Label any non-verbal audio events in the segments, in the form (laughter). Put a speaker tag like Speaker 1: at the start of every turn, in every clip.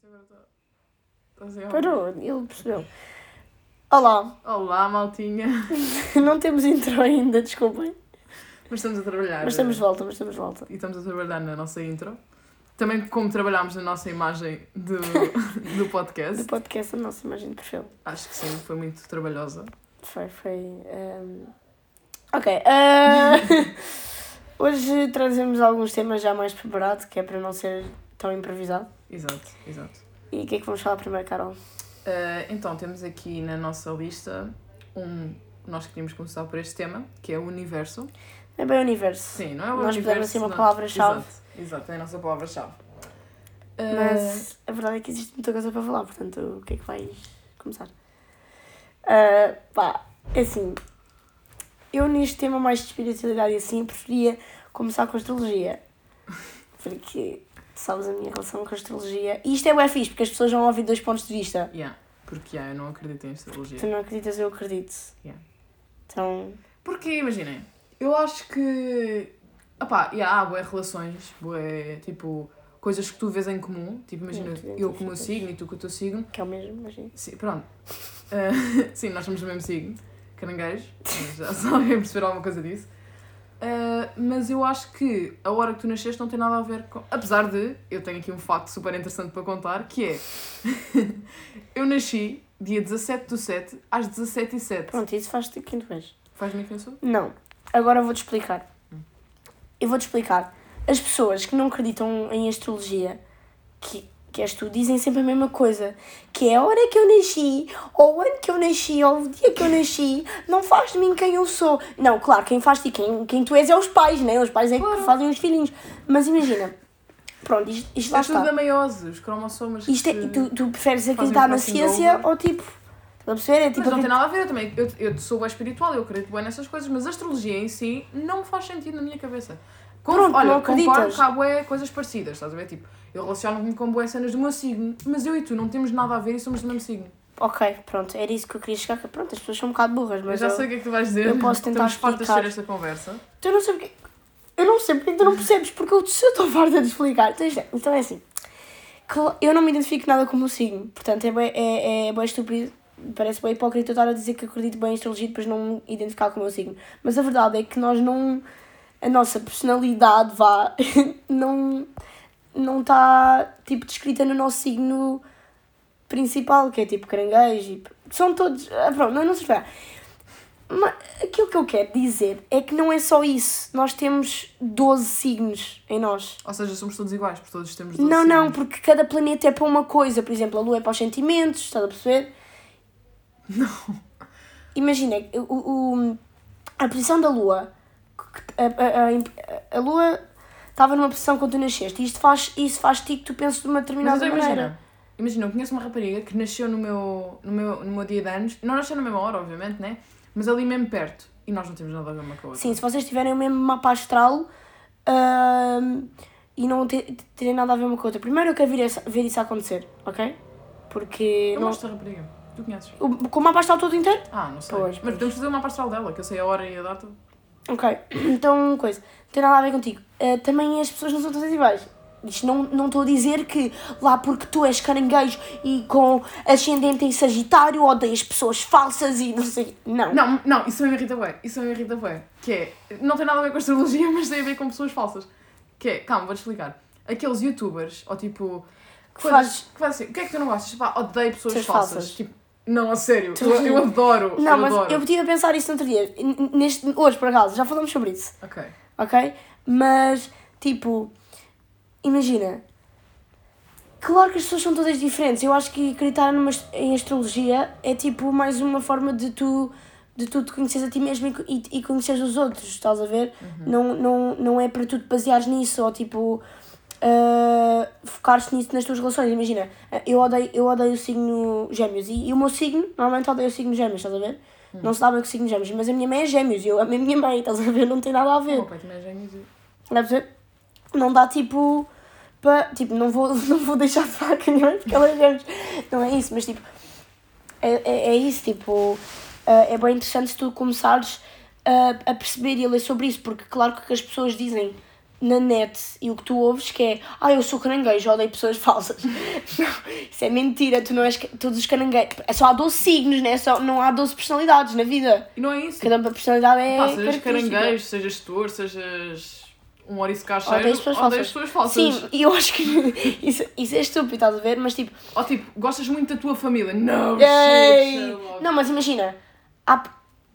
Speaker 1: tá- Estás a ouvir?
Speaker 2: Parou, ele percebeu. Olá, (laughs)
Speaker 1: Olá, maltinha. (laughs)
Speaker 2: não temos intro ainda, desculpem.
Speaker 1: Mas estamos a trabalhar.
Speaker 2: Mas estamos de volta, mas estamos de volta.
Speaker 1: E estamos a trabalhar na nossa intro. Também como trabalhámos na nossa imagem do, (laughs) do
Speaker 2: Do
Speaker 1: podcast.
Speaker 2: podcast, a nossa imagem de perfil.
Speaker 1: Acho que sim, foi muito trabalhosa.
Speaker 2: Foi, foi. ehm, Ok. ah, (laughs) Hoje trazemos alguns temas já mais preparados, que é para não ser tão improvisado.
Speaker 1: Exato, exato.
Speaker 2: E o que é que vamos falar primeiro, Carol?
Speaker 1: Ah, então, temos aqui na nossa lista um... Nós queríamos começar por este tema, que é o universo.
Speaker 2: É bem o universo.
Speaker 1: Sim, não é o
Speaker 2: Nós
Speaker 1: universo.
Speaker 2: pusemos assim uma
Speaker 1: não-
Speaker 2: palavra-chave.
Speaker 1: Exato, exato, é a nossa palavra-chave. Ah,
Speaker 2: Mas a verdade é que existe muita coisa para falar, portanto, o que é que vais começar? Ah, pá, é assim, eu neste tema mais de espiritualidade e assim, preferia começar com astrologia. Porque, tu sabes a minha relação com a astrologia. E isto é bem fixe, porque as pessoas vão ouvir dois pontos de vista.
Speaker 1: Eh, yeah, porque yeah, eu não acredito em astrologia.
Speaker 2: Tu não acreditas, eu acredito.
Speaker 1: Yeah.
Speaker 2: Então,
Speaker 1: Porque, imaginem, eu acho que. Opá, yeah, há boé relações, boé, tipo, coisas que tu vês em comum. Tipo, imagina,
Speaker 2: Muito
Speaker 1: eu com o meu
Speaker 2: identificas.
Speaker 1: signo e tu com o teu signo.
Speaker 2: que é o mesmo, imagina.
Speaker 1: Sim, pronto. (laughs) Ah, sim, nós somos do mesmo signo, caranguejos. mas Já (laughs) se alguém perceber alguma coisa disso. Ah, mas eu acho que a hora que tu nasceste não tem nada a ver com. Apesar de, eu tenho aqui um facto super interessante para contar, que é. (laughs) eu nasci dia 17 do 7 às 17 e 7
Speaker 2: Pronto, isso faz-te quinto mês.
Speaker 1: Faz-me um quem eu sou?
Speaker 2: Não. Agora eu vou-te explicar. Eu vou-te explicar. As pessoas que não acreditam em astrologia, que, que és tu, dizem sempre a mesma coisa. Que é a hora que eu nasci, ou o ano que eu nasci, ou o dia que eu nasci, não faz de mim quem eu sou. Não, claro, quem faz de ti, quem, quem tu és é os pais, né? Os pais é
Speaker 1: Claro.
Speaker 2: que fazem os filhinhos. Mas imagina. Pronto, isto, isto lá
Speaker 1: É tudo
Speaker 2: está.
Speaker 1: da meiose, os cromossomas.
Speaker 2: Isto é-
Speaker 1: que-
Speaker 2: tu, tu preferes
Speaker 1: fazem
Speaker 2: acreditar na
Speaker 1: crossing
Speaker 2: ciência
Speaker 1: over.
Speaker 2: ou tipo. Estás a perceber? É tipo.
Speaker 1: Mas não
Speaker 2: acreditar-
Speaker 1: tem nada a ver, eu também. Eu, eu sou bem espiritual, eu acredito bem nessas coisas, mas a astrologia em si não faz sentido na minha cabeça. Com,
Speaker 2: Pronto,
Speaker 1: olha,
Speaker 2: não
Speaker 1: concordo
Speaker 2: acreditas.
Speaker 1: que há bué coisas parecidas, estás a ver? Tipo, eu relaciono-me com bué cenas do meu signo, mas eu e tu não temos nada a ver e somos do mesmo signo.
Speaker 2: Ok, pronto, era isso que eu queria chegar. que Pronto, as pessoas são um bocado burras,
Speaker 1: Mas
Speaker 2: mas.
Speaker 1: já
Speaker 2: eu-
Speaker 1: sei o que é que tu vais dizer.
Speaker 2: eu posso
Speaker 1: (laughs)
Speaker 2: tentar
Speaker 1: Estamos fartas de
Speaker 2: explicar.
Speaker 1: ter esta conversa.
Speaker 2: Tu não sei porque. é Eu não sei porque tu não percebes, porque eu, se eu estou farta de explicar. Então, isto é- então é assim. Cla- Eu não me identifico nada como o signo, portanto é bem, é, é bem estúpido. Parece bem hipócrita eu estar a dizer que acredito bem em astrologia e depois não me identificar com o meu signo. Mas a verdade é que nós não. A nossa personalidade, vá, (laughs) não. Não está, tipo, descrita no nosso signo principal, que é tipo caranguejo. E, são todos. ah, Pronto, não, não se espera. Mas aquilo que eu quero dizer é que não é só isso. Nós temos 12 signos em nós.
Speaker 1: Ou seja, somos todos iguais, porque todos temos dois
Speaker 2: Não, não,
Speaker 1: signos.
Speaker 2: porque cada planeta é para uma coisa. Por exemplo, a Lua é para os sentimentos, estás a perceber? Não. Imagina, o, o- a posição da Lua. A, a, a- a Lua estava numa posição quando tu nasceste. E isto faz, isso faz ti que tu penses de uma determinada
Speaker 1: Mas eu
Speaker 2: maneira.
Speaker 1: imagina, imagina, eu conheço uma rapariga que nasceu no meu, no, meu, no meu dia de anos, não nasceu na mesma hora, obviamente, né? Mas ali mesmo perto. E nós não temos nada a ver uma com a outra.
Speaker 2: Sim, se vocês tiverem o mesmo mapa astral ahm, e não te- terem nada a ver uma com a outra. Primeiro eu quero vir essa- ver isso acontecer, ok? Porque.
Speaker 1: Eu
Speaker 2: Não...
Speaker 1: mostro a rapariga. Tu conheces?
Speaker 2: O, com o mapa astral todo inteiro?
Speaker 1: Ah, não sei.
Speaker 2: Pois,
Speaker 1: Mas
Speaker 2: pois.
Speaker 1: podemos fazer uma parcial dela, que eu sei a hora e a data.
Speaker 2: Ok. (clears throat) Então, coisa. Não tem nada a ver contigo. Ah, também as pessoas não são todas iguais. Isto não não estou a dizer que lá porque tu és caranguejo e com ascendente em Sagitário odeias pessoas falsas e não sei. Não.
Speaker 1: Não, não, isso também me irrita bué. Isso também me irrita bué. Que é, não tem nada a ver com astrologia, (laughs) mas tem a ver com pessoas falsas. Que é, calma, vou-te explicar. Aqueles youtubers, ou tipo...
Speaker 2: Que
Speaker 1: coisas-
Speaker 2: fazes-
Speaker 1: Que fazem assim, o que é que tu não gostas? Pá, odeio pessoas
Speaker 2: Pessoas
Speaker 1: falsas.
Speaker 2: falsas.
Speaker 1: Tipo, não, a sério.
Speaker 2: Tu-
Speaker 1: Eu, eu adoro.
Speaker 2: Não,
Speaker 1: eu
Speaker 2: mas
Speaker 1: adoro.
Speaker 2: eu estive a pensar isso no outro dia. N- n- Neste, hoje, por acaso, já falamos sobre isso.
Speaker 1: Ok.
Speaker 2: ok? Mas, tipo, imagina. Claro que as pessoas são todas diferentes. Eu acho que acreditar numa, ast- em astrologia é tipo mais uma forma de tu, de tu te conheceres a ti mesmo e co- e, e conheceres os outros, estás a ver? Não, não, não é para tu te baseares nisso ou tipo ah, focares-te nisso nas tuas relações. Imagina, ah, eu odeio, eu odeio o signo gêmeos e, e o meu signo, normalmente odeio o signo gêmeos, estás a ver? Não se dá bem com o signo gêmeos, mas a minha mãe é gêmeos e eu amo a minha mãe, estás a ver? Não tem nada a ver.
Speaker 1: Bom, pai, também é gêmeos e-
Speaker 2: Dá pra ver? Não dá tipo. Pa, tipo, não vou, (laughs) não vou deixar de falar que não é porque ela é gêmeos. Não é isso, mas tipo. É, é, é isso, tipo. ah, é bem interessante se tu começares a, a perceber e a ler sobre isso, porque claro que o que as pessoas dizem na net e o que tu ouves que é ah, eu sou caranguejo, odeio pessoas (laughs) falsas. não, isso é mentira, tu não és ca- todos os caranguejos. É só há 12 signos, né? Só, não há 12 personalidades na vida.
Speaker 1: E não é isso.
Speaker 2: Cada personalidade é.
Speaker 1: Pá, sejas
Speaker 2: característica.
Speaker 1: caranguejo, sejas tour, sejas um ouriço caixeiro,
Speaker 2: Odeias
Speaker 1: odeias
Speaker 2: pessoas
Speaker 1: pessoas
Speaker 2: falsas.
Speaker 1: falsas.
Speaker 2: Sim, e eu acho que (laughs) isso, isso é estúpido, estás a ver? Mas tipo,
Speaker 1: Ou tipo, gostas muito da tua família. Não,
Speaker 2: ei!
Speaker 1: shit, Sherlock.
Speaker 2: não, mas imagina, há-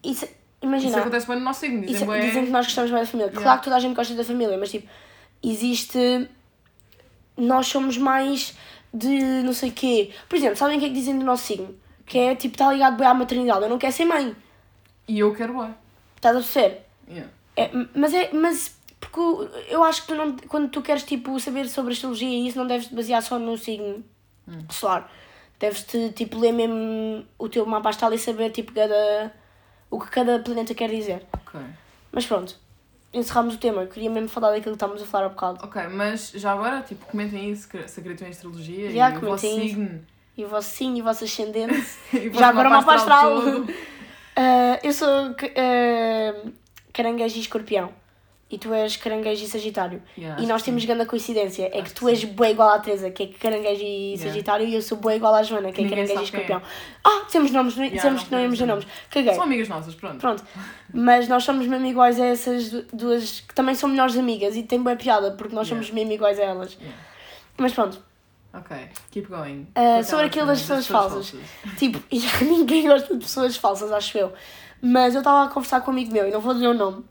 Speaker 2: isso, imagina,
Speaker 1: Isso é acontece bem no nosso signo, dizem
Speaker 2: Isso- é
Speaker 1: bué.
Speaker 2: dizem que nós gostamos mais da família.
Speaker 1: Yeah.
Speaker 2: Claro que toda a gente gosta da família, mas tipo, existe. Nós somos mais de não sei quê. Por exemplo, sabem o que é que dizem do nosso signo? Que é tipo, está ligado bem à maternidade. Eu não quero ser mãe.
Speaker 1: E eu quero bué.
Speaker 2: Estás a perceber?
Speaker 1: Yeah.
Speaker 2: É, mas é. Mas porque o- eu acho que tu não, quando tu queres tipo, saber sobre astrologia e isso, não deves te basear só no signo solar. Deves-te tipo, ler mesmo o teu mapa astral e saber tipo, cada, o que cada planeta quer dizer.
Speaker 1: Ok.
Speaker 2: Mas pronto, encerramos o tema. Eu queria mesmo falar daquilo que estávamos a falar há bocado.
Speaker 1: Ok, mas já agora, tipo, comentem isso, que- se acreditam em astrologia
Speaker 2: Já,
Speaker 1: e o vosso
Speaker 2: comentem isso.
Speaker 1: signo. (laughs)
Speaker 2: E o vosso signo e o vosso ascendente.
Speaker 1: E o vosso
Speaker 2: Já agora o mapa astral. (laughs)
Speaker 1: todo.
Speaker 2: Ah, eu sou ca- ah, caranguejo e escorpião. E tu és caranguejo e sagitário.
Speaker 1: Yeah,
Speaker 2: e
Speaker 1: acho
Speaker 2: nós
Speaker 1: que
Speaker 2: temos grande coincidência. É que
Speaker 1: Acho
Speaker 2: tu és boa igual à Teresa, que é caranguejo e
Speaker 1: Yeah.
Speaker 2: sagitário. E eu sou boa igual à Joana, que é
Speaker 1: Ninguém
Speaker 2: caranguejo e
Speaker 1: sabe quem é.
Speaker 2: escorpião. Ah, dissemos nomes, não- dissemos
Speaker 1: não
Speaker 2: que não íamos dar
Speaker 1: podemos
Speaker 2: nomes. Caguei.
Speaker 1: São amigas nossas, pronto.
Speaker 2: Pronto, mas nós somos mesmo iguais a essas du- duas que também são melhores amigas e tem boa piada porque nós somos mesmo iguais a elas.
Speaker 1: Yeah.
Speaker 2: Mas pronto,
Speaker 1: Ok, keep going.
Speaker 2: Ah,
Speaker 1: Coitado,
Speaker 2: sobre aquilo das pessoas falsas. Tipo, (laughs) e ninguém gosta de pessoas falsas, acho eu. Mas eu estava a conversar com um amigo meu e não vou dizer o nome.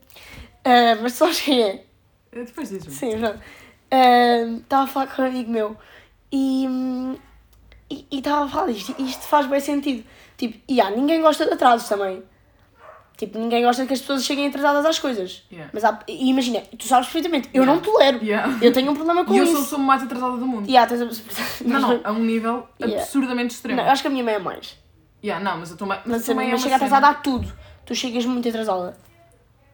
Speaker 2: Ah, mas sabes quem é?
Speaker 1: Eh, Depois dizes-me.
Speaker 2: Sim, pronto. Ah, Estava a falar com um amigo meu e hum, e e estava a falar isto. e Isto faz bem sentido. Tipo, e há, ninguém gosta de atrasos também. Tipo, ninguém gosta que as pessoas cheguem atrasadas às coisas.
Speaker 1: Yeah.
Speaker 2: Mas há, e imagina, tu sabes perfeitamente, eu
Speaker 1: Yeah.
Speaker 2: não tolero.
Speaker 1: Yeah.
Speaker 2: Eu tenho um problema
Speaker 1: (laughs)
Speaker 2: com
Speaker 1: E eu
Speaker 2: isso.
Speaker 1: sou a pessoa mais atrasada do mundo.
Speaker 2: Yeah, tens a-
Speaker 1: Não,
Speaker 2: (laughs)
Speaker 1: não, a um nível
Speaker 2: Yeah.
Speaker 1: absurdamente extremo.
Speaker 2: Não, eu acho que a minha mãe é mais.
Speaker 1: Yeah, não, mas a tua mãe.
Speaker 2: Mas,
Speaker 1: a tua mãe
Speaker 2: também
Speaker 1: é
Speaker 2: mas
Speaker 1: uma
Speaker 2: chega
Speaker 1: cena.
Speaker 2: atrasada a tudo. Tu chegas muito atrasada.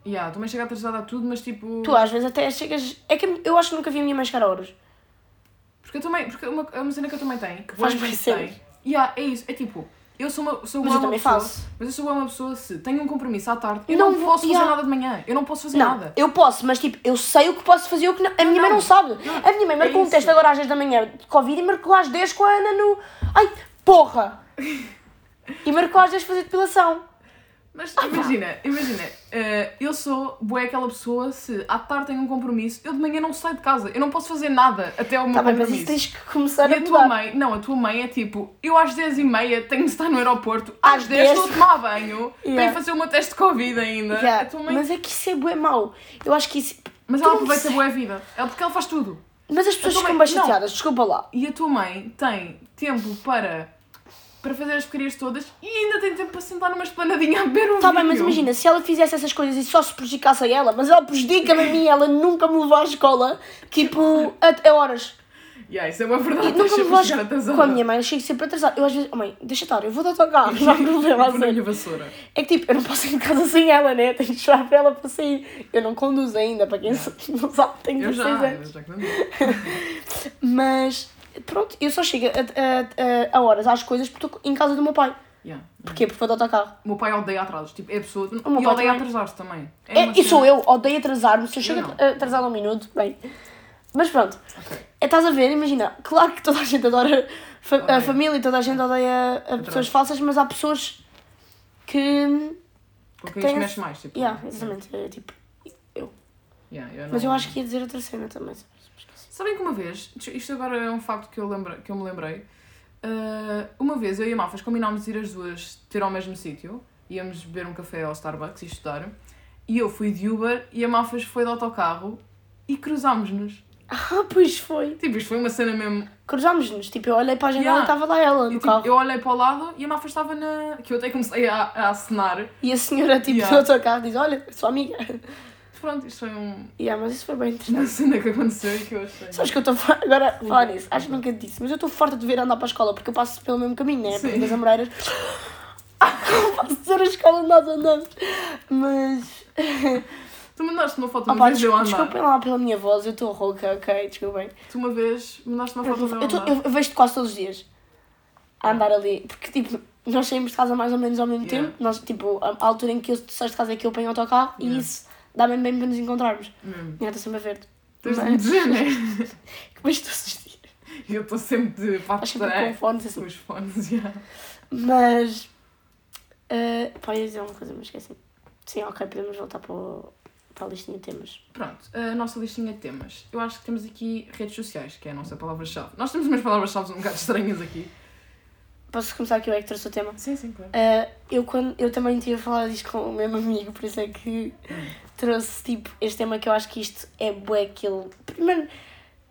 Speaker 1: Yeah, a tua mãe chega atrasada a tudo, mas tipo.
Speaker 2: Tu às vezes até chegas. É que eu acho que nunca vi a minha mãe chegar a horas.
Speaker 1: Porque eu também. Porque é uma, é uma cena que eu também tenho. Que
Speaker 2: Faz
Speaker 1: boas
Speaker 2: bem
Speaker 1: vezes
Speaker 2: sempre.
Speaker 1: tenho. Yeah, é isso. É tipo. Eu sou uma, sou
Speaker 2: Mas
Speaker 1: uma
Speaker 2: eu também
Speaker 1: pessoa,
Speaker 2: faço.
Speaker 1: Mas eu sou uma pessoa se tenho um compromisso à tarde. Eu
Speaker 2: Não
Speaker 1: não,
Speaker 2: vou-
Speaker 1: posso fazer
Speaker 2: yeah.
Speaker 1: nada de manhã. Eu não posso fazer
Speaker 2: Não,
Speaker 1: nada.
Speaker 2: eu posso, mas tipo, eu sei o que posso fazer e o que não. A minha mãe
Speaker 1: não.
Speaker 2: não
Speaker 1: É
Speaker 2: sabe. A minha mãe marcou um
Speaker 1: isso.
Speaker 2: teste agora às 10 da manhã de Covid e marcou às 10 com a Ana no. Ai, porra! E marcou às 10 fazer depilação.
Speaker 1: Mas
Speaker 2: Ah,
Speaker 1: imagina, imagina, eh, eu sou boa aquela pessoa se à tarde tenho um compromisso, eu de manhã não saio de casa, eu não posso fazer nada até ao meu
Speaker 2: Tá bem, mas isso
Speaker 1: compromisso.
Speaker 2: tens que começar
Speaker 1: é e
Speaker 2: a
Speaker 1: a tua
Speaker 2: mudar.
Speaker 1: mãe, não, a tua mãe é tipo, eu às 10h30 tenho de estar no aeroporto,
Speaker 2: Às
Speaker 1: às 10
Speaker 2: 10.
Speaker 1: estou a tomar
Speaker 2: (laughs)
Speaker 1: banho, tenho
Speaker 2: Yeah.
Speaker 1: de fazer o meu teste de Covid ainda.
Speaker 2: Yeah,
Speaker 1: A tua mãe- Mas,
Speaker 2: Mas é que isso é bué mau. Eu acho que isso.
Speaker 1: ela
Speaker 2: tu-
Speaker 1: aproveita a boa vida, é porque ela faz tudo.
Speaker 2: Mas as pessoas
Speaker 1: tua
Speaker 2: ficam
Speaker 1: mãe-
Speaker 2: bem
Speaker 1: não.
Speaker 2: chateadas, desculpa lá.
Speaker 1: E a tua mãe tem tempo para, para fazer as porcarias todas e ainda tem tempo para sentar numa esplanadinha a beber um
Speaker 2: Tá bem, mas
Speaker 1: vinho.
Speaker 2: imagina, se ela fizesse essas coisas e só se prejudicasse a ela, mas ela prejudica-me a mim, ela nunca me levou à escola, tipo, até horas.
Speaker 1: Yeah, isso é uma
Speaker 2: E
Speaker 1: verdade, (laughs) estás
Speaker 2: nunca me
Speaker 1: sempre
Speaker 2: levou à
Speaker 1: a chegar
Speaker 2: escola.
Speaker 1: atrasada.
Speaker 2: Com a minha mãe, eu chego sempre atrasada. Eu às vezes, oh, mãe, deixa estar, (laughs) eu vou dar autocarro, não há problema, a
Speaker 1: Por
Speaker 2: sério.
Speaker 1: minha Tipo, vassoura.
Speaker 2: É que tipo, eu não posso ir de casa sem ela, né? Tenho que chorar para ela para sair. Eu não conduzo ainda, para quem não sabe, (laughs) tenho
Speaker 1: Eu
Speaker 2: 16
Speaker 1: já,
Speaker 2: anos.
Speaker 1: eu já conheço.
Speaker 2: Mas, pronto, eu só chego a, a- a- a horas às coisas porque estou em casa do meu pai.
Speaker 1: Yeah.
Speaker 2: Porquê? Porque vou dar autocarro.
Speaker 1: O meu pai odeia atrasos, tipo, é a pessoa.
Speaker 2: meu
Speaker 1: E
Speaker 2: pai
Speaker 1: odeia
Speaker 2: também.
Speaker 1: atrasar-se também.
Speaker 2: É,
Speaker 1: uma
Speaker 2: e sou
Speaker 1: cena-
Speaker 2: eu, odeio atrasar-me. Se eu chego
Speaker 1: não.
Speaker 2: atrasado um minuto, bem. Mas pronto,
Speaker 1: Ok.
Speaker 2: é, estás a ver, imagina, claro que toda a gente adora fa- a
Speaker 1: Odeia.
Speaker 2: família e toda a gente odeia a pessoas falsas, mas há pessoas que.
Speaker 1: Com quem
Speaker 2: Tem
Speaker 1: se
Speaker 2: esse-
Speaker 1: mexe mais, tipo.
Speaker 2: Yeah, exatamente, é, tipo.
Speaker 1: Yeah, eu não-
Speaker 2: Mas eu acho que ia dizer outra cena também.
Speaker 1: Sabem que uma vez, isto agora é um facto que eu, lembra, que eu me lembrei, ah, uma vez eu e a Mafas combinámos ir as duas ter ao mesmo sítio, íamos beber um café ao Starbucks e estudar, e eu fui de Uber e a Mafas foi de autocarro e cruzámos-nos.
Speaker 2: Ah, pois foi.
Speaker 1: Tipo, isto foi uma cena mesmo.
Speaker 2: Cruzámos-nos, tipo, eu olhei para a janela
Speaker 1: Yeah.
Speaker 2: e estava lá ela
Speaker 1: E,
Speaker 2: no
Speaker 1: tipo,
Speaker 2: carro.
Speaker 1: eu olhei para o lado e a Mafas estava na. que eu até comecei a, a acenar.
Speaker 2: E a senhora, tipo,
Speaker 1: Yeah.
Speaker 2: do outro carro diz: Olha, sua amiga.
Speaker 1: Pronto, isto foi um,
Speaker 2: Yeah, mas isso foi bem interessante.
Speaker 1: uma cena que aconteceu e que eu achei.
Speaker 2: Sabes que eu estou fa- agora a falar nisso? Acho que nunca te disse, mas eu estou farta de ver andar para a escola porque eu passo pelo mesmo caminho, né?
Speaker 1: Sim.
Speaker 2: Porque das Amoreiras. (laughs) Eu passo dizer a escola onde nós andamos. Mas.
Speaker 1: Tu mandaste uma foto
Speaker 2: Oh,
Speaker 1: uma
Speaker 2: pá,
Speaker 1: vez eu a
Speaker 2: desculpem
Speaker 1: andar.
Speaker 2: lá pela minha voz, eu estou rouca, ok? Desculpem.
Speaker 1: Tu uma vez mandaste uma
Speaker 2: Eu,
Speaker 1: foto de eu a
Speaker 2: tô-
Speaker 1: andar.
Speaker 2: eu vejo-te quase todos os dias a andar ali, porque tipo. Nós saímos de casa mais ou menos ao mesmo
Speaker 1: É. Yeah.
Speaker 2: tempo. Nós, tipo, a a altura em que eu tu sais de casa é que eu apanho o autocarro e
Speaker 1: Yeah. Hum.
Speaker 2: isso dá mesmo bem para nos encontrararmos.
Speaker 1: Mesmo.
Speaker 2: E estou sempre a ver-te. (laughs)
Speaker 1: Tens de me
Speaker 2: Mas-
Speaker 1: dizer, né?
Speaker 2: Mas estou a assistir.
Speaker 1: E eu estou sempre de
Speaker 2: Acho
Speaker 1: papo de
Speaker 2: que com fones assim.
Speaker 1: com os fones, já.
Speaker 2: Mas. Uh, pá, ia dizer uma coisa, mas esqueci. Sim, ok, podemos voltar para, o, para a listinha de temas.
Speaker 1: Pronto, a nossa listinha de temas. Eu acho que temos aqui redes sociais, que é a nossa palavra-chave. Nós temos umas palavras-chave um bocado estranhas aqui.
Speaker 2: Posso começar aqui o é que trouxe o tema?
Speaker 1: Sim, sim, claro.
Speaker 2: Uh, eu, quando, eu também tinha falado disto com o mesmo (laughs) amigo, por isso é que trouxe tipo este tema que eu acho que isto é bué aquilo. Primeiro,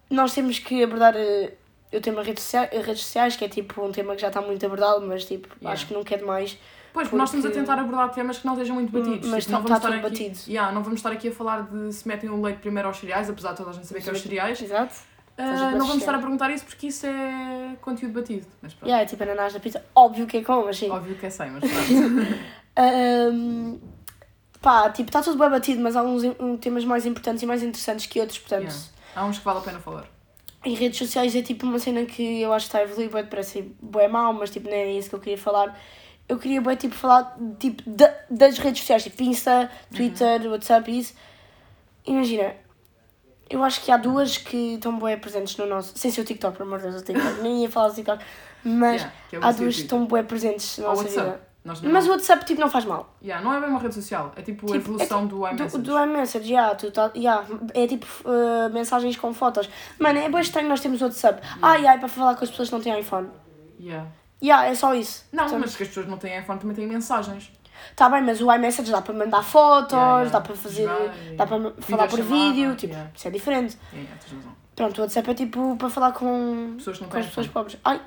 Speaker 2: nós temos que abordar uh, o tema redes sociais, redes sociais, que é tipo um tema que já está muito abordado, mas tipo,
Speaker 1: Yeah.
Speaker 2: acho que nunca é demais.
Speaker 1: Pois, porque nós estamos a
Speaker 2: porque-
Speaker 1: tentar abordar temas que não sejam muito batidos.
Speaker 2: Mas
Speaker 1: Tipo, não
Speaker 2: tá-
Speaker 1: vamos
Speaker 2: tá
Speaker 1: estar
Speaker 2: tudo
Speaker 1: aqui...
Speaker 2: batido.
Speaker 1: Yeah, não vamos estar aqui a falar de se metem o leite primeiro aos cereais, apesar de toda a gente saber que é os cereais.
Speaker 2: Exato.
Speaker 1: Ah,
Speaker 2: Estás a
Speaker 1: não vamos estar
Speaker 2: baixar.
Speaker 1: a perguntar isso porque isso é conteúdo batido. Mas pronto,
Speaker 2: Yeah, é tipo ananás na pizza. Óbvio que é com, mas sim.
Speaker 1: óbvio que é sem, mas pronto.
Speaker 2: Ahm, pá, tipo, está tudo bem batido, mas há alguns um, temas mais importantes e mais interessantes que outros, portanto.
Speaker 1: Yeah. Há uns que vale a pena falar.
Speaker 2: Em redes sociais é tipo uma cena que eu acho que está a evoluir bem depressa e bem mal, mas tipo, não é isso que eu queria falar. Eu queria bem tipo, falar tipo, da- das redes sociais, tipo Insta, Twitter,
Speaker 1: Uhum.
Speaker 2: WhatsApp e isso. Imagina, eu acho que há duas que estão bem presentes no nosso. Sem ser o TikTok, pelo amor de Deus, o TikTok. Nem ia falar do TikTok. Mas
Speaker 1: Yeah, que é o
Speaker 2: há
Speaker 1: nosso
Speaker 2: duas que
Speaker 1: YouTube.
Speaker 2: estão bem presentes na
Speaker 1: Ou
Speaker 2: nossa
Speaker 1: WhatsApp.
Speaker 2: vida.
Speaker 1: Nós não...
Speaker 2: Mas o WhatsApp tipo, não faz mal.
Speaker 1: Yeah, não é bem uma rede social, é tipo, a
Speaker 2: Tipo,
Speaker 1: evolução do
Speaker 2: Do,
Speaker 1: iMessage.
Speaker 2: do iMessage, já, tu tá, já, é tipo eh, mensagens com fotos. Mano, é bem estranho nós temos WhatsApp.
Speaker 1: Hum.
Speaker 2: Ai, ai, para falar com as pessoas que não têm iPhone.
Speaker 1: Yeah.
Speaker 2: Já, é só isso.
Speaker 1: Não,
Speaker 2: Portanto,
Speaker 1: mas que as pessoas não têm iPhone também têm mensagens.
Speaker 2: Tá bem, mas o iMessage dá para mandar fotos,
Speaker 1: Yeah, yeah.
Speaker 2: dá para fazer,
Speaker 1: Jogar e-
Speaker 2: dá para falar por
Speaker 1: videochamada,
Speaker 2: vídeo, tipo,
Speaker 1: yeah.
Speaker 2: isso é diferente.
Speaker 1: Yeah, yeah, tens razão.
Speaker 2: Pronto, o WhatsApp é tipo para falar com,
Speaker 1: Pessoas que não
Speaker 2: com
Speaker 1: têm
Speaker 2: as pessoas
Speaker 1: iPhone.
Speaker 2: pobres. Ai,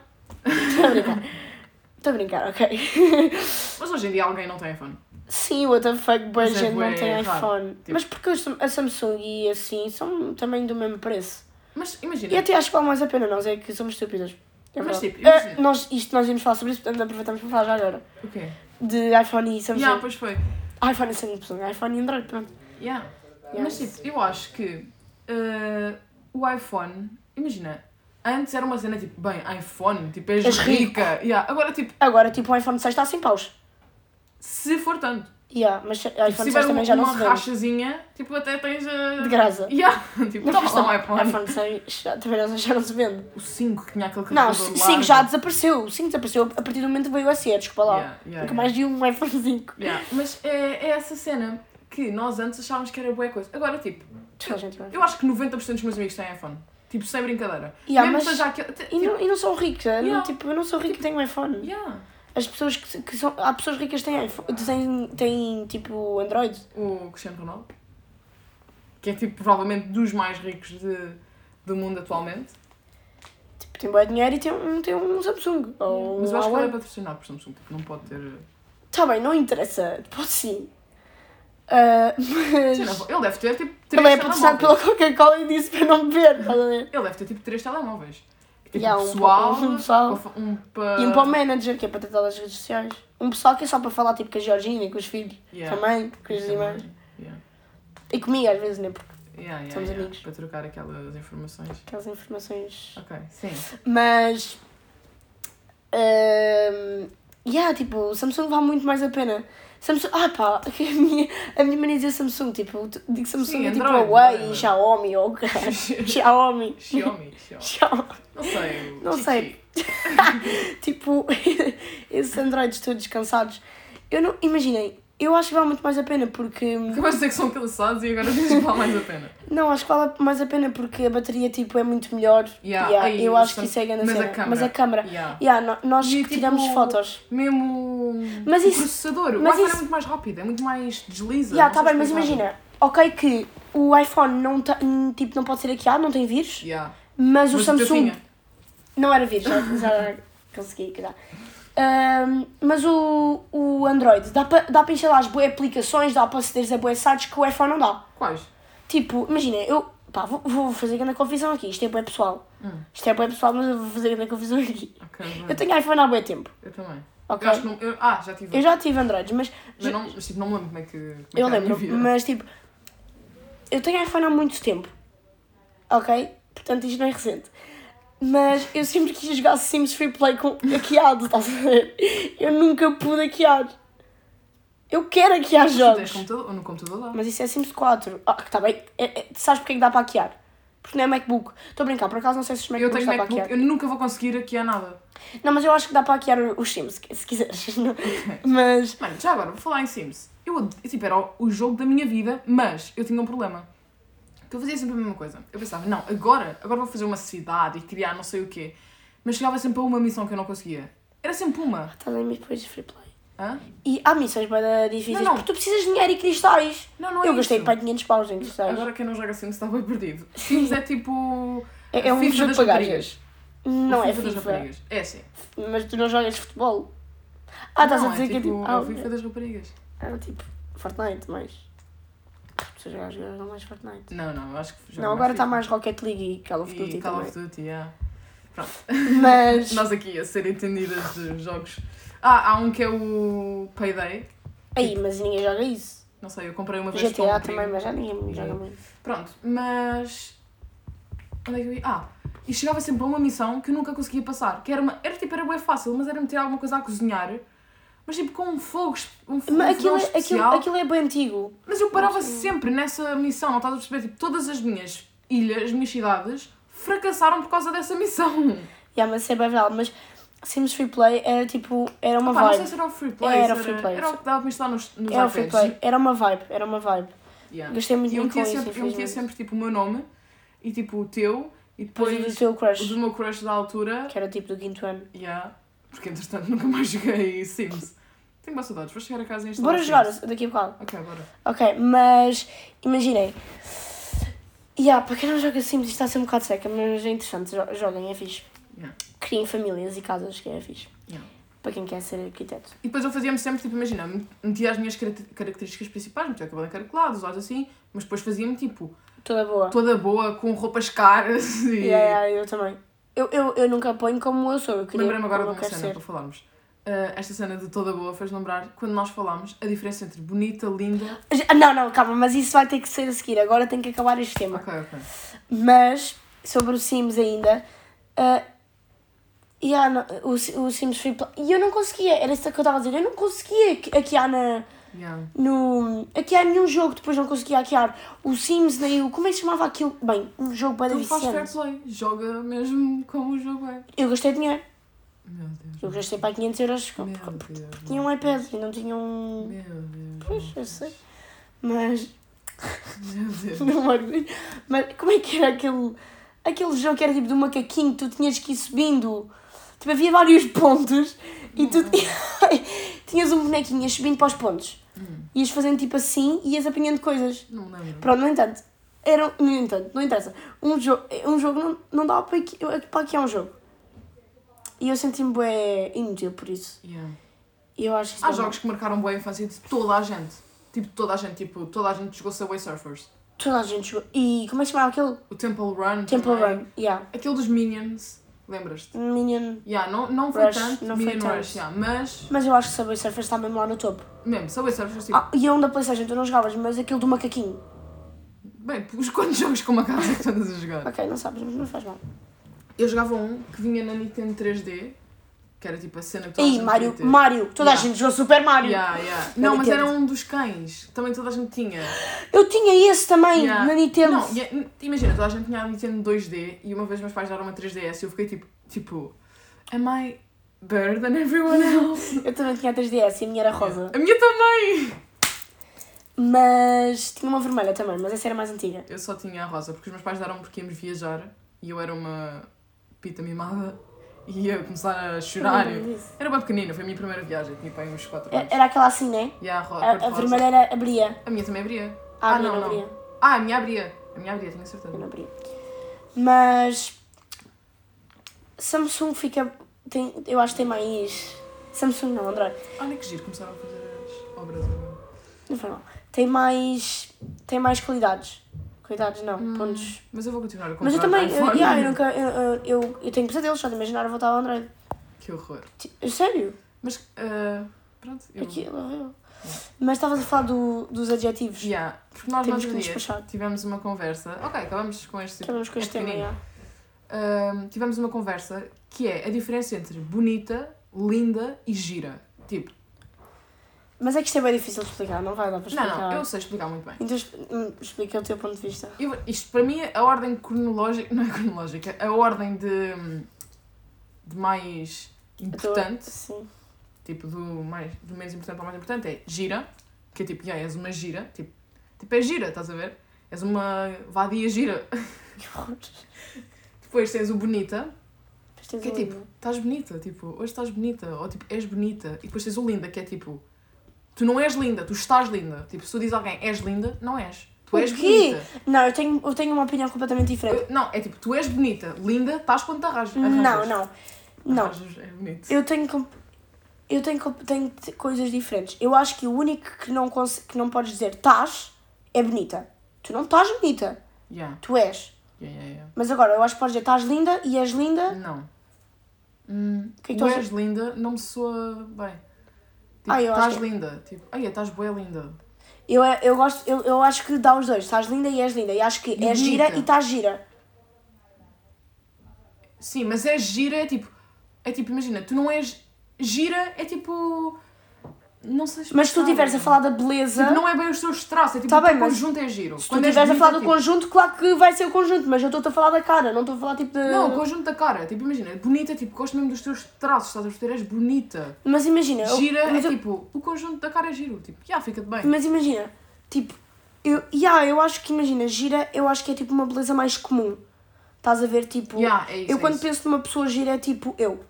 Speaker 2: estou a brincar.
Speaker 1: (laughs)
Speaker 2: Estou a brincar, ok. (laughs)
Speaker 1: Mas hoje em dia alguém não tem iPhone.
Speaker 2: Sim, what the fuck, boa
Speaker 1: Mas é
Speaker 2: gente não
Speaker 1: bué
Speaker 2: tem
Speaker 1: raro.
Speaker 2: iPhone.
Speaker 1: Tipo-
Speaker 2: Mas porque a Samsung e assim são também do mesmo preço.
Speaker 1: Mas imagina,
Speaker 2: E até acho que vale mais a pena nós, é que somos estúpidos. É
Speaker 1: Mas,
Speaker 2: verdade.
Speaker 1: tipo, eu
Speaker 2: Ah,
Speaker 1: imagino-
Speaker 2: nós, isto nós íamos falar sobre isso, portanto aproveitamos para falar já agora.
Speaker 1: o quê?
Speaker 2: De iPhone e Samsung.
Speaker 1: Yeah, pois foi.
Speaker 2: iPhone e Samsung, iPhone e Android, pronto.
Speaker 1: Yeah.
Speaker 2: Yeah.
Speaker 1: Mas tipo, eu acho que eh, o iPhone, imagina, antes era uma cena tipo, bem, iPhone, tipo, és,
Speaker 2: És rico.
Speaker 1: rica. Yeah. Agora, tipo,
Speaker 2: Agora, tipo, o iPhone 6 está a 100 paus.
Speaker 1: se for tanto,
Speaker 2: Yeah, mas
Speaker 1: tipo,
Speaker 2: iPhone
Speaker 1: se
Speaker 2: 6
Speaker 1: tiver
Speaker 2: também
Speaker 1: um-
Speaker 2: já não
Speaker 1: uma
Speaker 2: se vende.
Speaker 1: rachazinha, tipo, até tens a.
Speaker 2: De graça.
Speaker 1: Yeah. (laughs) tipo,
Speaker 2: Não,
Speaker 1: toma
Speaker 2: mas
Speaker 1: lá um
Speaker 2: não,
Speaker 1: iPhone.
Speaker 2: iPhone 6 já- também não- já não se vende.
Speaker 1: O 5 que tinha aquele
Speaker 2: Não, o
Speaker 1: carregador largo.
Speaker 2: 5 já desapareceu. O 5 desapareceu a partir do momento que veio o SE, desculpa lá.
Speaker 1: Yeah, yeah, yeah.
Speaker 2: Nunca mais vi um iPhone 5.
Speaker 1: Yeah, Mas é, é essa cena que nós antes achávamos que era boa coisa. Agora, tipo,
Speaker 2: Toda a gente é? vai.
Speaker 1: eu acho que 90% dos meus amigos têm iPhone. Tipo, sem brincadeira.
Speaker 2: Yeah,
Speaker 1: Mesmo
Speaker 2: mas-
Speaker 1: seja aquele. t-
Speaker 2: E não, e não sou rica.
Speaker 1: Yeah.
Speaker 2: Não, tipo, eu não sou rica e tenho um iPhone.
Speaker 1: Yeah.
Speaker 2: As pessoas que, que são. Há pessoas ricas que têm, iPhone- têm, têm tipo Android.
Speaker 1: O Cristiano Ronaldo. Que é tipo, provavelmente, dos mais ricos de, do mundo atualmente.
Speaker 2: Tipo, tem bom dinheiro e tem um, tem um Samsung. Ou
Speaker 1: Mas
Speaker 2: um
Speaker 1: eu acho que ele é
Speaker 2: Huawei.
Speaker 1: patrocinado por Samsung. Tipo, não pode ter.
Speaker 2: Tá bem, não interessa. Pode sim. Ah,
Speaker 1: Sim, (laughs)
Speaker 2: mas.
Speaker 1: não, ele deve ter tipo 3
Speaker 2: Também é patrocinado
Speaker 1: telemóveis.
Speaker 2: pela Coca-Cola e disse para não beber, estás a ver?
Speaker 1: Ele deve ter tipo 3 telemóveis. Tipo,
Speaker 2: Yeah, um
Speaker 1: pessoal,
Speaker 2: para- um pessoal.
Speaker 1: para- um para.
Speaker 2: E um para o manager, que é para tratar das redes sociais. Um pessoal que é só para falar tipo com a Georgina e com os filhos.
Speaker 1: Yeah. é
Speaker 2: Também, com as
Speaker 1: Yeah,
Speaker 2: irmãs.
Speaker 1: yeah,
Speaker 2: E comigo às vezes, né? Porque
Speaker 1: yeah, yeah,
Speaker 2: Somos
Speaker 1: yeah,
Speaker 2: amigos.
Speaker 1: Para trocar aquelas informações.
Speaker 2: aquelas informações.
Speaker 1: Ok,
Speaker 2: (laughs)
Speaker 1: sim.
Speaker 2: Mas. Um, yeah, tipo, o Samsung vale muito mais a pena. Samsung, ah pá, (laughs) que a minha, a minha mania dizia Samsung, tipo, eu digo Samsung
Speaker 1: Sim,
Speaker 2: é tipo
Speaker 1: Android,
Speaker 2: Huawei
Speaker 1: whatever.
Speaker 2: e Xiaomi ou
Speaker 1: (laughs)
Speaker 2: Xiaomi.
Speaker 1: (laughs) Xiaomi, Xiaomi.
Speaker 2: Xiaomi.
Speaker 1: Não sei. o
Speaker 2: Não
Speaker 1: Xixi.
Speaker 2: sei. Tipo, (laughs) esses Androids todos cansados. Eu não, imaginem, eu acho que vale muito mais a pena porque.
Speaker 1: Acabaste de dizer que são cansados e agora dizes que vale mais a pena.
Speaker 2: Não, acho que vale mais a pena porque a bateria, tipo, é muito melhor.
Speaker 1: Yeah,
Speaker 2: Yeah,
Speaker 1: aí,
Speaker 2: eu acho que
Speaker 1: Sam-
Speaker 2: isso é grande
Speaker 1: mas a
Speaker 2: cena.
Speaker 1: câmara.
Speaker 2: Mas a câmera.
Speaker 1: Yeah.
Speaker 2: Yeah, no- nós
Speaker 1: E,
Speaker 2: que tiramos
Speaker 1: tipo,
Speaker 2: fotos.
Speaker 1: Mesmo
Speaker 2: Mas
Speaker 1: o
Speaker 2: isso-
Speaker 1: processador. o
Speaker 2: mas
Speaker 1: iPhone
Speaker 2: isso-
Speaker 1: é muito mais rápido, é muito mais desliza.
Speaker 2: Ya,
Speaker 1: não
Speaker 2: tá
Speaker 1: sei
Speaker 2: bem, mas
Speaker 1: explicar.
Speaker 2: imagina, ok que o iPhone não, ta- hum, tipo, não pode ser hackeado, não tem vírus,
Speaker 1: Yeah.
Speaker 2: mas o
Speaker 1: Mas teu
Speaker 2: Samsung
Speaker 1: tinha.
Speaker 2: não era vírus, já, já consegui que dá. Ahm, mas o, o Android dá para dá pa instalar as boas aplicações, dá para aceder a boas sites que o iPhone não dá.
Speaker 1: Quais?
Speaker 2: Tipo, imagina, eu pá, vou, vou fazer grande confissão aqui, isto é boé pessoal.
Speaker 1: Hum.
Speaker 2: Isto é boé pessoal, mas eu vou fazer grande confissão aqui.
Speaker 1: Ok,
Speaker 2: Eu
Speaker 1: Ah, bem.
Speaker 2: tenho iPhone há boé tempo,
Speaker 1: eu também.
Speaker 2: ok?
Speaker 1: Eu acho que não. eu- ah, já tive.
Speaker 2: Eu já tive Androids, mas
Speaker 1: Mas, não, mas tipo, não me lembro como é que. Como é
Speaker 2: Eu
Speaker 1: que era a minha
Speaker 2: lembro,
Speaker 1: vida.
Speaker 2: mas tipo, eu tenho iPhone há muito tempo, ok? Portanto, isto não é recente. Mas eu sempre quis jogar Sims Free Play com hackeado, (laughs) estás a ver? Eu nunca pude hackear. Eu quero hackear
Speaker 1: Tu tens
Speaker 2: jogos.
Speaker 1: computador? Ou no computador dá.
Speaker 2: Mas isso é Sims 4. Ah, que tá bem. É, é, sabes porque é que dá para hackear? Porque não é MacBook. Estou a brincar, por acaso não sei se os
Speaker 1: Eu
Speaker 2: MacBooks
Speaker 1: tenho
Speaker 2: dá para
Speaker 1: MacBook,
Speaker 2: hackear.
Speaker 1: eu nunca vou conseguir aqui a nada.
Speaker 2: Não, mas eu acho que dá para hackear os Sims, se quiseres. (laughs) Mas.
Speaker 1: Mano, já agora, vou falar em Sims. Eu, ad- eu, tipo, era o- o jogo da minha vida, mas eu tinha um problema. Que eu fazia sempre a mesma coisa. Eu pensava, não, agora, agora vou fazer uma cidade e criar não sei o quê. Mas chegava sempre a uma missão que eu não conseguia. Era sempre uma.
Speaker 2: Estás a mim tá depois de free play.
Speaker 1: Hã?
Speaker 2: E há missões bem difíceis
Speaker 1: Não, não.
Speaker 2: porque tu precisas de dinheiro e cristais.
Speaker 1: Não, não é
Speaker 2: eu gastei
Speaker 1: isso.
Speaker 2: para 500 paus em cristais.
Speaker 1: Agora quem não joga Sims está bem perdido. Sims é tipo...
Speaker 2: é, é um
Speaker 1: FIFA
Speaker 2: jogo
Speaker 1: das
Speaker 2: de pagar.
Speaker 1: raparigas.
Speaker 2: Não
Speaker 1: O
Speaker 2: é
Speaker 1: FIFA das
Speaker 2: FIFA.
Speaker 1: raparigas. É assim.
Speaker 2: Mas tu não jogas futebol. Ah, estás
Speaker 1: Não,
Speaker 2: a dizer
Speaker 1: é
Speaker 2: que é tipo.
Speaker 1: tipo... É
Speaker 2: Ah,
Speaker 1: o FIFA das raparigas.
Speaker 2: era tipo Fortnite, mas. As pessoas já jogam mais Fortnite.
Speaker 1: Não, não, eu acho que... jogo
Speaker 2: não, agora está
Speaker 1: FIFA.
Speaker 2: mais Rocket League e Call of Duty
Speaker 1: E Call
Speaker 2: também.
Speaker 1: of Duty, yeah. (laughs)
Speaker 2: Mas.
Speaker 1: Nós aqui a ser entendidas de jogos. Ah, há um que é o Payday.
Speaker 2: Aí, mas ninguém joga isso.
Speaker 1: Não sei, eu comprei tipo, uma vez com
Speaker 2: GTA
Speaker 1: um É. primo.
Speaker 2: também, mas já ninguém joga muito.
Speaker 1: Pronto, mas. Onde é que eu ia? Ah, e chegava sempre a uma missão que eu nunca conseguia passar. Que era, uma... era tipo, era bem fácil, mas era meter alguma coisa a cozinhar. Mas tipo com um fogo, es- um fogo
Speaker 2: Mas aquilo, é- aquilo,
Speaker 1: especial.
Speaker 2: aquilo é bem antigo.
Speaker 1: Mas eu parava sempre nessa missão, não estás a perceber? Tipo, todas as minhas ilhas, as minhas cidades, fracassaram por causa dessa missão.
Speaker 2: Já, mas isso é bem verdade. Mas Sims Free Play era tipo. Era uma
Speaker 1: Pá, não sei
Speaker 2: vibe.
Speaker 1: se era o free play,
Speaker 2: Era o
Speaker 1: se
Speaker 2: free play.
Speaker 1: era o que dava para instalar nos, nos
Speaker 2: Era o
Speaker 1: iPads.
Speaker 2: Free Play. Era uma vibe. Era uma vibe.
Speaker 1: Yeah.
Speaker 2: Gastei muito
Speaker 1: E eu
Speaker 2: dinheiro
Speaker 1: metia,
Speaker 2: Uhum. com isso.
Speaker 1: sempre, eu metia
Speaker 2: infelizmente.
Speaker 1: sempre tipo o meu nome e tipo o teu e
Speaker 2: Depois
Speaker 1: depois
Speaker 2: do teu
Speaker 1: o
Speaker 2: crush,
Speaker 1: do meu crush da altura.
Speaker 2: que era tipo do quinto ano.
Speaker 1: Yeah. Porque entretanto (laughs) nunca mais joguei Sims. Tenho boas saudades, vou chegar a casa e instalar.
Speaker 2: Bora
Speaker 1: Sims.
Speaker 2: jogar daqui a bocado.
Speaker 1: Ok, bora.
Speaker 2: Ok, mas imaginem. Yeah, para quem não joga Sims, isto está a ser um bocado seca, mas é interessante. jo- Joguem, é fixe.
Speaker 1: Yeah.
Speaker 2: Criem famílias e casas, que é fixe.
Speaker 1: Yeah.
Speaker 2: Para quem quer ser arquiteto.
Speaker 1: E depois eu fazia-me sempre, tipo, imagina, metia as minhas caracter- características principais, metia o cabelo encaracolado, os olhos assim, mas depois fazia-me tipo
Speaker 2: Toda é boa.
Speaker 1: toda boa, com roupas caras (laughs) e.
Speaker 2: Yeah, yeah, eu também. Eu, eu, eu nunca ponho como eu sou. Eu queria
Speaker 1: Lembrei-me agora de
Speaker 2: como eu
Speaker 1: uma
Speaker 2: quero
Speaker 1: cena
Speaker 2: ser.
Speaker 1: para falarmos. Ah, esta cena de toda boa fez lembrar quando nós falámos a diferença entre bonita, linda.
Speaker 2: Ah, Não, não, calma, mas isso vai ter que ser a seguir. Agora tem que acabar este tema.
Speaker 1: Ok, ok.
Speaker 2: Mas, sobre o Sims ainda, ah, yeah, não, o, Si- o Sims Free Play. E eu não conseguia, era isso que eu estava a dizer, eu não conseguia que- hackear na,
Speaker 1: Yeah.
Speaker 2: no. hackear nenhum jogo, depois não conseguia hackear o Sims, nem o. Como é que se chamava aquilo? Bem, um jogo para
Speaker 1: Então faz fair
Speaker 2: viciante.
Speaker 1: play, joga mesmo como o jogo é.
Speaker 2: Eu gastei dinheiro,
Speaker 1: Meu Deus.
Speaker 2: eu gastei para 500 euros,
Speaker 1: Meu
Speaker 2: porque, porque
Speaker 1: Deus.
Speaker 2: tinha um iPad e não tinha um.
Speaker 1: Meu Deus.
Speaker 2: Pois, eu sei. Mas.
Speaker 1: Meu Deus.
Speaker 2: (laughs) Não me orgulho. Mas como é que era aquele, aquele jogo que era tipo do macaquinho que tu tinhas que ir subindo? Tipo, havia vários (laughs) pontos e tu (laughs) tinhas um bonequinho, ias subindo para os pontos.
Speaker 1: Hum.
Speaker 2: Ias fazendo tipo assim e ias apanhando coisas.
Speaker 1: Não me lembro.
Speaker 2: Pronto, no entanto, era, no entanto, não interessa. Um jogo, um jogo não, não dava para aqui, para aqui é um jogo. E eu senti-me bué inútil por isso.
Speaker 1: Yeah.
Speaker 2: E eu acho isso
Speaker 1: Há
Speaker 2: bem-
Speaker 1: jogos que marcaram boa a infância de toda a gente. Tipo, toda a gente. Tipo, toda a gente jogou Subway Surfers.
Speaker 2: Toda a gente jogou. E como é que se chamava aquele?
Speaker 1: O Temple Run.
Speaker 2: Temple
Speaker 1: também.
Speaker 2: Run. Yeah.
Speaker 1: Aquele dos Minions. Lembras-te?
Speaker 2: Minion.
Speaker 1: Yeah, não, não foi
Speaker 2: Rush,
Speaker 1: tanto
Speaker 2: não foi
Speaker 1: Minion
Speaker 2: tanto.
Speaker 1: Rush, yeah, mas
Speaker 2: Mas eu acho que Subway Surfers está mesmo lá no topo.
Speaker 1: mesmo, Subway Surfers, tipo,
Speaker 2: Ah, e é um da Playstation, tu não jogavas, mas aquele do macaquinho.
Speaker 1: bem, os quantos (laughs) jogos com uma casa que tu andas a jogar?
Speaker 2: Ok, não sabes, mas não faz mal.
Speaker 1: Eu jogava um que vinha na Nintendo 3D, que era tipo a cena que tu
Speaker 2: Ei, Mario,
Speaker 1: ter.
Speaker 2: Mario, toda
Speaker 1: Yeah.
Speaker 2: a gente jogou Super Mario.
Speaker 1: Yeah, yeah.
Speaker 2: Na
Speaker 1: Não, mas era
Speaker 2: Nintendo.
Speaker 1: um dos cães, também toda a gente tinha.
Speaker 2: Eu tinha esse também
Speaker 1: Yeah.
Speaker 2: na Nintendo.
Speaker 1: Não, e- é, imagina, toda a gente tinha a Nintendo 2D e uma vez meus pais deram uma 3DS e eu fiquei tipo, tipo, am I better than everyone else?
Speaker 2: Eu também tinha a 3DS e a minha era rosa.
Speaker 1: a minha também!
Speaker 2: Mas tinha uma vermelha também, mas essa era mais antiga.
Speaker 1: Eu só tinha a rosa porque os meus pais deram porque íamos viajar e eu era uma pita mimada e ia começar a chorar.
Speaker 2: Eu não lembro disso.
Speaker 1: Era bem pequenina, foi a minha primeira viagem, tinha pai uns 4 anos.
Speaker 2: É- Era aquela assim, né?
Speaker 1: E a, ro-
Speaker 2: A,
Speaker 1: cor-de-rosa.
Speaker 2: a vermelha era, abria.
Speaker 1: A minha também abria.
Speaker 2: Ah,
Speaker 1: Ah,
Speaker 2: abria,
Speaker 1: não,
Speaker 2: não,
Speaker 1: não.
Speaker 2: abria.
Speaker 1: Ah, a minha abria. A minha abria, tenho
Speaker 2: Eu não
Speaker 1: certeza.
Speaker 2: abria. Mas. Samsung fica. Tem, eu acho que tem mais. Samsung não, Android.
Speaker 1: Olha que giro, começaram a fazer as obras agora.
Speaker 2: Não foi mal. Tem mais. Tem mais qualidades. Qualidades não,
Speaker 1: Hum.
Speaker 2: pontos.
Speaker 1: Mas eu vou continuar a comprar
Speaker 2: Mas eu também. Eu,
Speaker 1: iPhone.
Speaker 2: yeah, eu nunca. Eu, eu, eu, eu tenho pesadelos só de imaginar a voltar ao Android.
Speaker 1: Que horror.
Speaker 2: Ti- Sério?
Speaker 1: Mas, ah, pronto. Eu...
Speaker 2: Aquilo é horrível. Mas estavas a falar do, dos adjetivos.
Speaker 1: Yeah, porque nós no
Speaker 2: Temos que
Speaker 1: outro
Speaker 2: nos
Speaker 1: dia
Speaker 2: puxar.
Speaker 1: tivemos uma conversa. Ok, acabamos com este.
Speaker 2: Acabamos com
Speaker 1: é
Speaker 2: este tema.
Speaker 1: pequenino.
Speaker 2: yeah.
Speaker 1: Ahm, tivemos uma conversa que é a diferença entre bonita, linda e gira. Tipo,
Speaker 2: Mas é que isto é bem difícil de explicar, não vai dar para explicar.
Speaker 1: Não, não, eu sei explicar muito bem.
Speaker 2: Então exp- hum, explica o teu ponto de vista.
Speaker 1: Eu vou- isto para mim, é a ordem cronológica, (laughs) não é cronológica, a ordem de, de mais
Speaker 2: A tua-
Speaker 1: importante,
Speaker 2: Sim. (laughs)
Speaker 1: tipo do, mais, do menos importante para o mais importante, é gira, que é tipo, yeah, és uma gira, tipo, tipo é gira, estás a ver? És uma vadia gira. (laughs)
Speaker 2: Que horror.
Speaker 1: Depois tens o bonita,
Speaker 2: Depois tens um
Speaker 1: que é
Speaker 2: o
Speaker 1: tipo,
Speaker 2: livro.
Speaker 1: estás bonita, tipo, hoje estás bonita, ou tipo, és bonita. E depois tens o linda, que é tipo, tu não és linda, tu estás linda. Tipo, se tu dizes a alguém és linda, não és. Tu
Speaker 2: O
Speaker 1: és
Speaker 2: quê?
Speaker 1: bonita.
Speaker 2: Não, eu tenho, eu tenho uma opinião completamente diferente.
Speaker 1: Eu- Não, é tipo, tu és bonita, linda, estás quando te arranjas.
Speaker 2: Não, não. Não.
Speaker 1: Arranjas é bonito.
Speaker 2: Eu tenho. comp- Eu tenho, comp- tenho t- coisas diferentes. Eu acho que o único que não, cons- que não podes dizer estás é bonita. Tu não estás bonita.
Speaker 1: Yeah,
Speaker 2: Tu és.
Speaker 1: yeah, yeah,
Speaker 2: Mas agora, eu acho que podes dizer estás linda e és linda.
Speaker 1: yeah. Não. Hum,
Speaker 2: O que é que
Speaker 1: tu
Speaker 2: tu
Speaker 1: és linda, não me soa bem. Tipo,
Speaker 2: Ah, eu acho
Speaker 1: estás
Speaker 2: que-
Speaker 1: linda. Tipo, ai, estás boa linda.
Speaker 2: Eu, é, eu, gosto, eu, eu acho que dá os dois. Estás linda e és linda. E acho que
Speaker 1: E
Speaker 2: és gira
Speaker 1: bonita.
Speaker 2: e estás gira.
Speaker 1: Sim, mas é gira, é tipo. É tipo, imagina, tu não és. Gira é tipo. Não sei
Speaker 2: Mas se tu
Speaker 1: explicar.
Speaker 2: estiveres a falar da beleza.
Speaker 1: Tipo, não é bem os teus traços, é tipo
Speaker 2: Tá
Speaker 1: o teu
Speaker 2: bem, mas
Speaker 1: conjunto é giro.
Speaker 2: Se tu
Speaker 1: Quando és
Speaker 2: estiveres a
Speaker 1: bonita,
Speaker 2: falar do
Speaker 1: tipo,
Speaker 2: conjunto, claro que vai ser o conjunto, mas eu estou-te a falar da cara, não estou a falar tipo de.
Speaker 1: Não, o conjunto da cara. Tipo, imagina, bonita, tipo, gosto mesmo dos teus traços, estás a perceber? És bonita.
Speaker 2: Mas imagina. eu-
Speaker 1: Gira
Speaker 2: mas
Speaker 1: é
Speaker 2: eu-
Speaker 1: tipo, o conjunto da cara é giro. Tipo, já, fica-te bem.
Speaker 2: Mas imagina, tipo, eu, yeah, eu acho que, imagina, gira, eu acho que é tipo uma beleza mais comum. Estás a ver, tipo,
Speaker 1: Yeah, é isso,
Speaker 2: eu
Speaker 1: é
Speaker 2: quando
Speaker 1: isso.
Speaker 2: penso numa pessoa gira é tipo eu.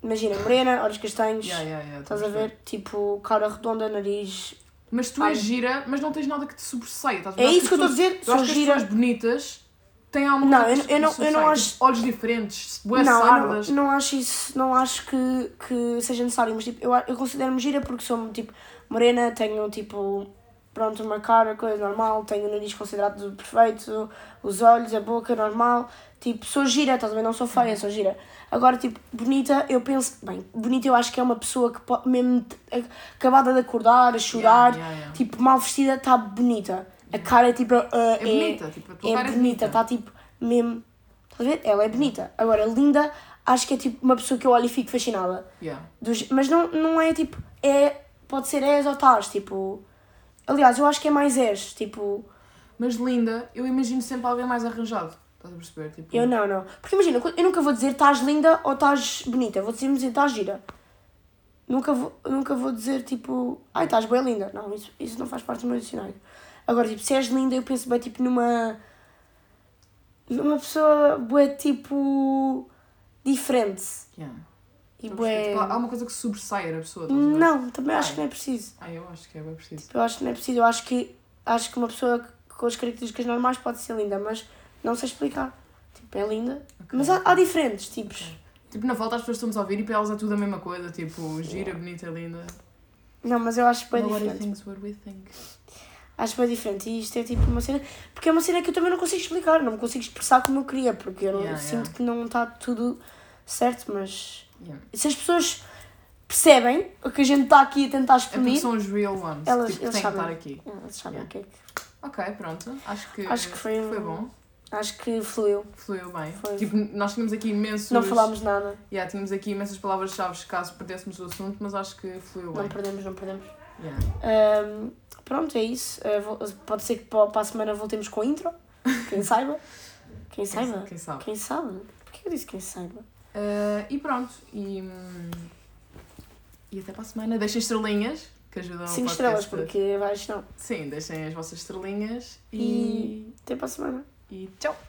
Speaker 2: Imagina, morena, olhos castanhos,
Speaker 1: Yeah, yeah, yeah,
Speaker 2: estás a
Speaker 1: estou
Speaker 2: ver, tipo, cara redonda, nariz.
Speaker 1: Mas tu
Speaker 2: Ai.
Speaker 1: és gira, mas não tens nada que te sobressaia. Estás a ver?
Speaker 2: É
Speaker 1: Eu acho
Speaker 2: isso que eu
Speaker 1: as
Speaker 2: estou a
Speaker 1: pessoas-
Speaker 2: dizer,
Speaker 1: Eu acho que
Speaker 2: sou
Speaker 1: as
Speaker 2: gira.
Speaker 1: pessoas bonitas têm alguma
Speaker 2: Não,
Speaker 1: coisa
Speaker 2: eu-
Speaker 1: que
Speaker 2: eu
Speaker 1: te
Speaker 2: não- eu não
Speaker 1: sobressai.
Speaker 2: acho-
Speaker 1: Tipo, Olhos diferentes, boas
Speaker 2: não, eu
Speaker 1: sardas.
Speaker 2: não, não acho isso, não acho que, que seja necessário, mas tipo, eu, a- eu considero-me gira porque sou tipo morena, tenho tipo, pronto, uma cara, coisa normal, tenho o nariz considerado perfeito, os olhos, a boca normal, tipo, sou gira, estás a ver? Não sou feia, sou gira. Agora, tipo, bonita, eu penso, bem, bonita eu acho que é uma pessoa que po- mesmo t- acabada de acordar, a chorar,
Speaker 1: yeah, yeah.
Speaker 2: tipo, mal vestida, está bonita. A cara é tipo, uh,
Speaker 1: É bonita, tipo, a tua
Speaker 2: é
Speaker 1: cara é bonita.
Speaker 2: bonita, está tipo mesmo. Estás a ver? Ela é bonita. Agora, linda, acho que é tipo uma pessoa que eu olho e fico fascinada.
Speaker 1: Yeah.
Speaker 2: Dos- mas não, não é tipo. É, pode ser és ou estás, tipo. Aliás, eu acho que é mais és, tipo.
Speaker 1: Mas linda, eu imagino sempre alguém mais arranjado. Estás a perceber? Tipo,
Speaker 2: Eu não, não. Porque imagina, eu nunca vou dizer estás linda ou estás bonita. Vou dizer, dizer estás gira. Nunca vou, nunca vou dizer tipo. Ai, estás bem linda. Não, isso, isso não faz parte do meu dicionário. Agora, tipo, se és linda, eu penso bem tipo numa. numa pessoa bué tipo. diferente.
Speaker 1: yeah.
Speaker 2: E
Speaker 1: Estás a perceber?
Speaker 2: bué.
Speaker 1: Tipo, há uma coisa que sobressai a pessoa. estás a ver?
Speaker 2: é- Não, também acho que não é preciso.
Speaker 1: Ah, eu acho que é bem preciso.
Speaker 2: Eu acho que não é preciso. Eu acho que, acho que uma pessoa com as características normais pode ser linda, mas não sei explicar. Tipo, é linda. Mas há, há diferentes tipos.
Speaker 1: Tipo, na volta as pessoas estão-nos a ouvir e para elas é tudo a mesma coisa. Tipo, gira, bonita, linda.
Speaker 2: Não, mas eu acho bem
Speaker 1: Nobody
Speaker 2: diferente.
Speaker 1: thinks what we think.
Speaker 2: Acho bem diferente. E isto é tipo uma cena. Porque é uma cena que eu também não consigo explicar, não me consigo expressar como eu queria, porque eu não-
Speaker 1: Yeah,
Speaker 2: sinto
Speaker 1: yeah.
Speaker 2: que não está tudo certo, mas.
Speaker 1: Yeah.
Speaker 2: Se as pessoas percebem o que a gente está aqui a tentar
Speaker 1: É porque
Speaker 2: exprimir,
Speaker 1: são os real ones.
Speaker 2: Elas-
Speaker 1: tipo, que
Speaker 2: eles
Speaker 1: têm que
Speaker 2: sabem.
Speaker 1: estar aqui.
Speaker 2: eles sabem o que é que.
Speaker 1: Ok, pronto. Acho que,
Speaker 2: Acho que foi um-
Speaker 1: bom.
Speaker 2: Acho que fluiu.
Speaker 1: Fluiu bem.
Speaker 2: Foi.
Speaker 1: Tipo, nós tínhamos aqui imensos.
Speaker 2: Não falámos nada.
Speaker 1: Yeah, tínhamos aqui imensas palavras-chave caso perdêssemos o assunto, mas acho que fluiu
Speaker 2: Não
Speaker 1: bem.
Speaker 2: perdemos, não perdemos.
Speaker 1: Yeah.
Speaker 2: Ahm, pronto, é isso. Ah, vou- pode ser que pa- para a semana voltemos com a intro.
Speaker 1: (laughs)
Speaker 2: Quem saiba. Quem saiba.
Speaker 1: Quem sabe?
Speaker 2: Quem sabe? Porquê que eu disse quem saiba?
Speaker 1: Ah, e pronto. E, hum, e até para a semana. Deixem estrelinhas, que ajudam ao
Speaker 2: Cinco
Speaker 1: podcast
Speaker 2: estrelas,
Speaker 1: a-
Speaker 2: porque vais não.
Speaker 1: Sim, deixem as vossas estrelinhas e-
Speaker 2: Até para a semana.
Speaker 1: e tchau!